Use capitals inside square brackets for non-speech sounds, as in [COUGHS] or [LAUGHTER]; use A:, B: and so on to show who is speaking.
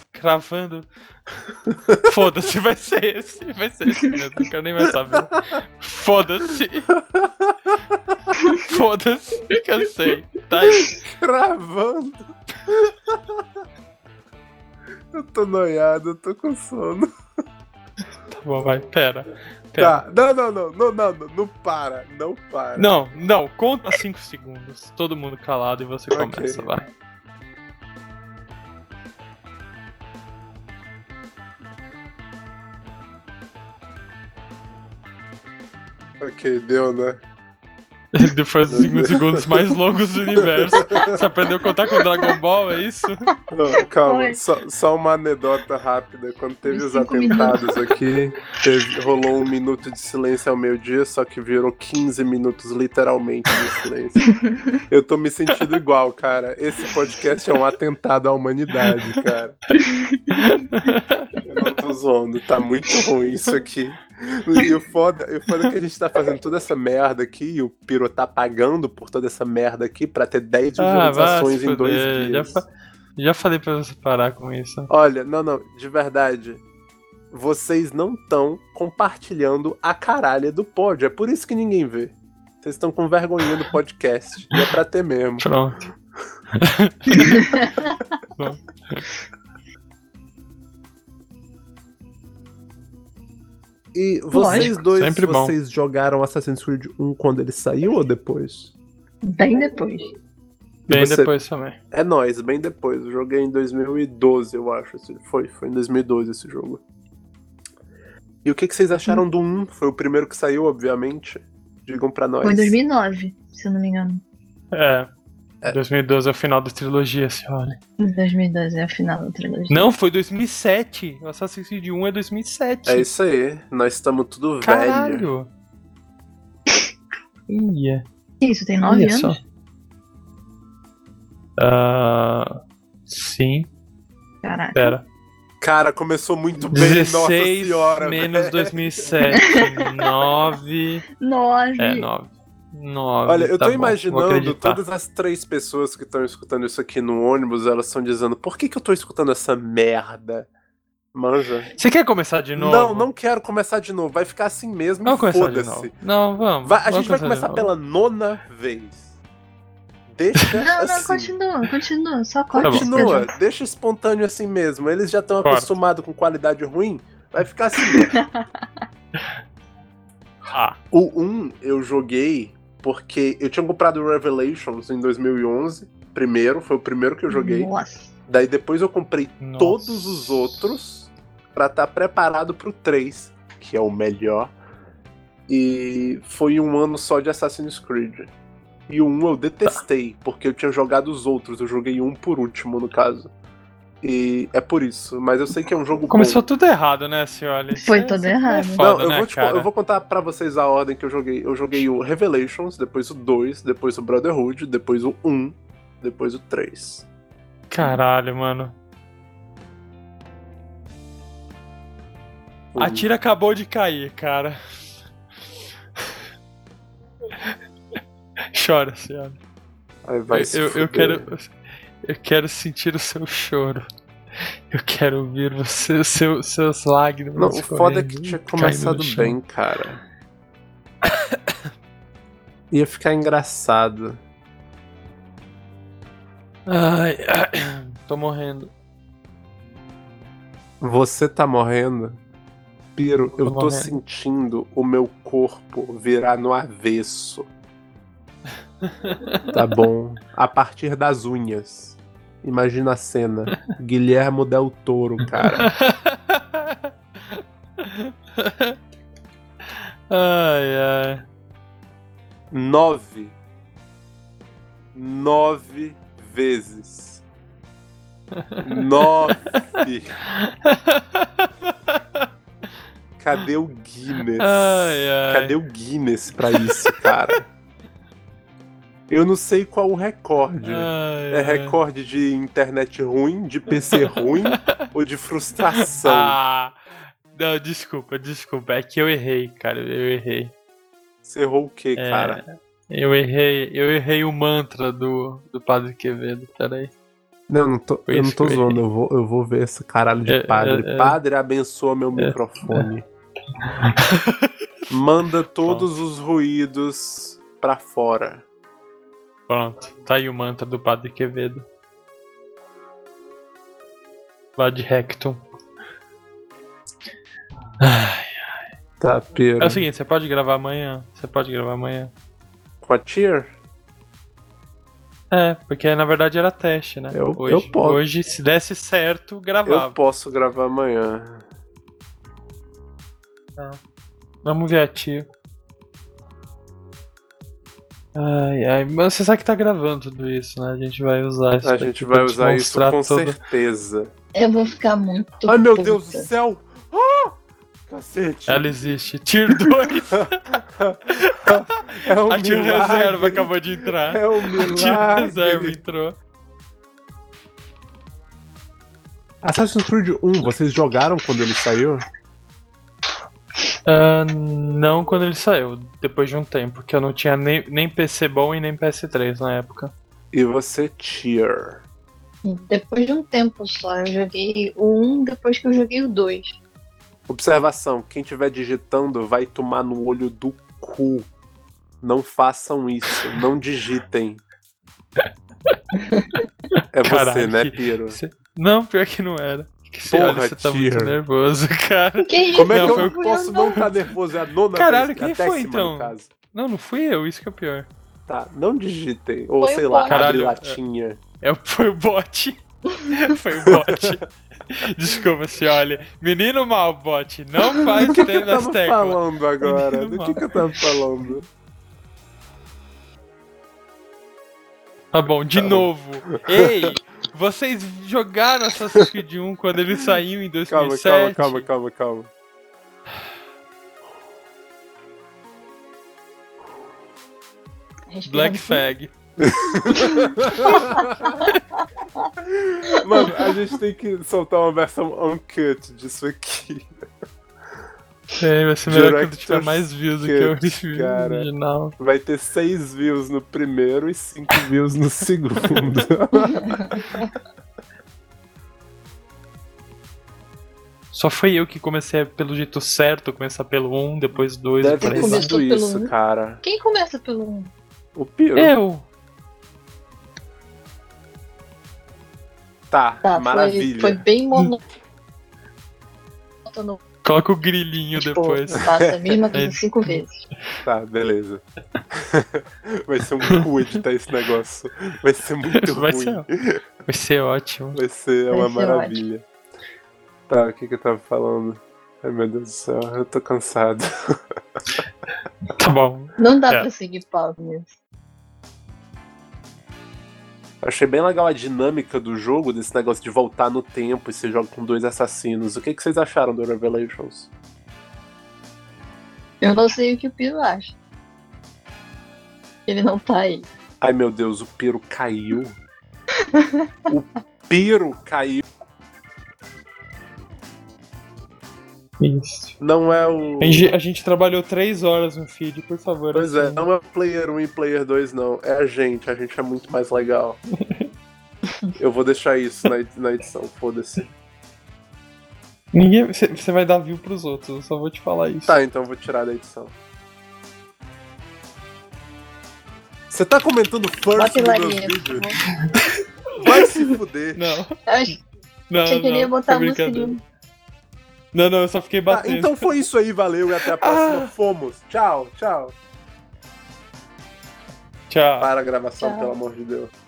A: [LAUGHS]
B: cravando. Foda-se, vai ser esse. Vai ser esse mesmo. Não quero nem mais saber. Foda-se. Foda-se, cansei. Tá aí.
A: Cravando. [LAUGHS] Eu tô noiado, eu tô com sono.
B: Tá bom, vai. Pera. pera.
A: Tá, não, não, não, não, não, não, não para, não para.
B: Não, não. Conta 5 segundos. Todo mundo calado e você
A: Ok.
B: começa, vai.
A: Ok, deu, né?
B: Depois dos 5 segundos mais longos do universo. Você aprendeu a contar com Dragon Ball, é isso?
A: Não, calma,
C: Oi.
A: só, só uma anedota rápida. Quando teve os
C: Cinco
A: atentados aqui, teve- rolou um minuto de silêncio ao meio-dia, só que viram 15 minutos literalmente de silêncio. Eu tô me sentindo igual, cara. Esse podcast é um atentado à humanidade, cara. Eu não tô zoando, tá muito ruim isso aqui. E o foda, e o foda é que a gente tá fazendo toda essa merda aqui e o Piro tá pagando por toda essa merda aqui pra ter 10
B: Ah, vai
A: visualizações
B: se
A: em dois
B: fuder, já
A: dias.
B: fa- Já falei pra você parar com isso.
A: Olha, não, não, de verdade. Vocês não estão compartilhando a caralha do pod. É por isso que ninguém vê. Vocês estão com vergonha do podcast. E é pra ter mesmo.
B: Pronto.
A: E vocês dois,
B: Sempre bom.
A: vocês jogaram Assassin's Creed 1 quando ele saiu ou depois?
C: Bem depois.
A: E
B: Bem
A: você-
B: depois também.
A: É nóis, bem depois. Eu joguei em 2012, eu acho. esse- Foi, foi em 2012 esse jogo. E o que, que vocês acharam do 1? Foi o primeiro que saiu, obviamente. Digam pra nós.
C: Foi em 2009, se eu não me engano.
B: É. 2012 é o final da trilogia, senhora.
C: 2012 é o final da trilogia.
B: Não, foi 2007. O Assassin's Creed 1 é 2007.
A: É isso aí. Nós estamos tudo velho.
B: Caralho. Ia.
C: Isso, tem 9
B: Olha
C: anos.
B: só. Ah, sim,
C: Caraca.
B: pera.
A: Cara, começou muito bem, nossa
B: 16
A: senhora.
B: menos
A: velho.
B: 2007. 9.
C: 9.
B: É, 9. 9.
A: Olha, eu
B: tá
A: tô
B: bom, vou
A: imaginando
B: acreditar.
A: todas as três pessoas que estão escutando isso aqui no ônibus, elas estão dizendo, por que, que eu tô escutando essa merda? Manja.
B: Você quer começar de novo?
A: Não, não quero começar de novo. Vai ficar assim mesmo. e
B: Vamos começar de
A: Foda-se.
B: novo. Não, vamos.
A: Vai- a
B: vamos
A: gente vai
B: de
A: começar
B: novo.
A: pela nona vez. Deixa
C: [LAUGHS] Não, não,
A: assim.
C: continua, continua.
B: Tá
C: Só corta. esse
A: Continua,
C: pedaço.
A: deixa espontâneo assim mesmo. Eles já estão
B: Corta.
A: acostumados com qualidade ruim, vai ficar assim mesmo.
B: Ah,
A: O 1 eu joguei porque eu tinha comprado o Revelations em 2011, primeiro, foi o primeiro que eu joguei.
C: Nossa.
A: Daí depois eu comprei
B: nossa.
A: todos os outros pra estar preparado pro 3, que é o melhor. E foi um ano só de Assassin's Creed. E o 1 eu detestei, porque eu tinha jogado os outros, eu joguei um por último, no caso. E é por isso, mas eu sei que é um jogo bom.
B: Começou tudo errado, né, senhora?
C: Foi
B: Isso é-
C: tudo
B: isso é
C: errado.
B: foda,
A: não, eu,
B: né,
A: vou, te-
B: cara?
A: eu vou contar pra vocês a ordem que eu joguei. Eu joguei o Revelations, depois o 2, depois o Brotherhood, depois o 1, depois o 3.
B: Caralho, mano.
A: Um,
B: A tira acabou de cair, cara. [LAUGHS] Chora, senhora.
A: Aí vai se
B: eu, eu- eu
A: fuder.
B: quero. Eu quero sentir o seu choro. Eu quero ouvir você, seu, seus lágrimas.
A: Não, o foda é que
B: correndo,
A: tinha
B: caindo no
A: começado
B: chão.
A: bem, cara. [COUGHS] Ia ficar engraçado.
B: Ai, ai, tô morrendo.
A: Você tá morrendo? Piro, eu tô
B: morrendo.
A: sentindo o meu corpo virar no avesso. Tá bom. A partir das unhas. Imagina a cena. Guilhermo Del Toro, cara.
B: [LAUGHS] ai, ai.
A: Nove. Nove vezes. Nove. Cadê o Guinness?
B: Ai, ai.
A: Cadê o Guinness pra isso, cara? Eu não sei qual o recorde.
B: Ai,
A: É
B: ai.
A: recorde de internet ruim, de
B: [LAUGHS]
A: PC ruim ou de frustração?
B: Ah, não, desculpa, desculpa. É que eu errei, cara. Eu errei.
A: Você errou o quê,
B: É,
A: cara?
B: Eu errei, eu errei o mantra do, do Padre Quevedo, peraí.
A: Não, não tô, eu não tô
B: Isso,
A: zoando, eu vou, eu vou ver esse caralho
B: É,
A: de padre.
B: é, é.
A: Padre, abençoa meu microfone.
B: [LAUGHS]
A: Manda todos os ruídos pra fora.
B: Pronto, tá aí o mantra do Padre Quevedo. Lá de Rectum.
A: Tá, Pedro.
B: É o seguinte, você pode gravar amanhã? Você pode gravar amanhã?
A: Com a Tier?
B: É, porque na verdade era teste, né?
A: Eu-
B: hoje,
A: eu posso.
B: Hoje, se desse certo,
A: Eu
B: gravava.
A: posso gravar amanhã.
B: Vamos ver a tia. Ai, ai, mas você sabe que tá gravando tudo isso, né? A gente vai usar isso.
A: A
B: daqui
A: gente
B: pra
A: vai
B: te
A: usar isso
B: mostrar
A: com
B: toda-
A: certeza.
D: Eu vou ficar muito.
A: Ai meu
D: puta.
A: Deus do céu! Ah! Cacete!
B: Ela existe. Tier 2,
A: [LAUGHS] É um
B: a Tier
A: milagre.
B: Reserva acabou de entrar.
A: É um
B: A Tier Reserva
A: milagre!
B: entrou.
A: Assassin's Creed 1, vocês jogaram quando ele saiu?
B: Ah, não quando ele saiu, depois de um tempo, que eu não tinha nem, nem PC bom e nem PS3 na época.
A: E você, Tier.
D: Depois de um tempo só, eu joguei o 1 depois que eu joguei o 2.
A: Observação: quem estiver digitando vai tomar no olho do cu. Não façam isso,
B: [LAUGHS]
A: não digitem. É você,
B: Caralho,
A: né,
B: que-
A: Piero?
B: Você- Não, pior que não era. Que você,
A: Porra,
B: olha, você tá
A: Tier.
B: muito nervoso, [LAUGHS] cara.
D: Que isso?
A: Como é
B: Não,
A: que eu
B: foi-
A: posso não estar nervoso? É a nona
B: Caralho,
A: vez,
B: quem
A: a
B: foi,
A: décima,
B: então?
A: no caso.
B: Não, não fui eu, isso que é o pior.
A: Tá, não digitem. Ou
D: Foi um
A: sei
D: o
A: lá,
D: bot.
A: abre
B: Caralho, é.
A: latinha.
B: É, foi o bot. [LAUGHS] foi o bot. Desculpa, se olha. Menino mal, bot.
A: [LAUGHS]
B: Não faz
A: Do que, que eu
B: treino das
A: tava
B: teclas.
A: falando agora?
B: Menino
A: Do que, que eu tava falando?
B: Tá bom, de novo. Ei, vocês jogaram Assassin's Creed 1 quando ele saiu em
A: Calma,
B: 2007?
A: calma, calma, calma, calma.
D: Respira
B: Black
A: [LAUGHS]
D: muito.
B: Flag.
A: Mano, a gente tem que soltar uma versão uncut disso aqui.
B: É, vai ser melhor quando
A: Director's
B: tiver mais views do que o
A: Cut, cara.
B: original.
A: Vai ter 6 views no primeiro e 5 views no segundo.
B: Só foi eu que comecei pelo jeito certo, começar pelo 1, depois 2 e
A: Deve
B: por aí
A: ter
B: vai.
D: começar.
A: sido
D: Começou pelo
A: isso,
D: um. É.
A: cara.
D: Quem começa pelo 1?
A: O Piro.
B: Eu!
A: Tá,
D: Tá, foi,
A: maravilha. Hum.
D: foi bem monótono.
B: Coloca o grilinho
D: Tipo,
B: depois.
A: [LAUGHS]
D: eu faço a mesma
B: [LAUGHS]
D: coisa
B: É.
D: cinco vezes.
A: Tá, beleza. [LAUGHS] Vai ser um cu editar esse negócio. Vai ser muito
B: Vai
A: ruim.
B: ser, um vai ser ótimo.
A: Vai ser
D: Vai
A: uma
D: ser
A: maravilha. Tá, o que, que eu tava falando? Ai meu Deus do céu, eu tô cansado.
B: Tá bom.
D: Não dá
B: É.
D: pra seguir pau nisso.
A: Eu achei bem legal a dinâmica do jogo, desse negócio de voltar no tempo e você joga com dois assassinos. O que, que vocês acharam do Revelations?
D: Eu não sei o que o Piro acha. Ele não tá
B: [LAUGHS]
D: aí.
A: Ai meu Deus, o Piro
D: [LAUGHS]
A: caiu. o Piro caiu.
B: Isso.
A: Não é o.
B: A gente, a gente trabalhou 3 horas no feed, por favor.
A: Pois é,
B: assim.
A: não é player 1 e player 2, não. É a gente, a gente é muito mais legal. Eu vou deixar isso na, edi- na edição, foda-se.
B: Ninguém, você- você vai dar view pros outros, eu só vou te falar isso.
A: Tá, então eu vou tirar da edição. Você tá comentando first
D: Bota
A: nos meus
D: hilaria.
A: vídeos? Vai se
B: [LAUGHS]
A: fuder.
B: Não,
D: Eu achei
B: não.
D: que ele ia
B: não,
D: botar a
B: foi
D: música de
B: brincadeira.
D: um.
B: Não, não, eu só fiquei
A: Tá,
B: batendo.
A: então foi isso aí, valeu e até a próxima.
B: Ah.
A: Fomos. Tchau, tchau.
B: Tchau.
A: Para a gravação,
B: Ah.
D: Tchau.
A: pelo amor de Deus.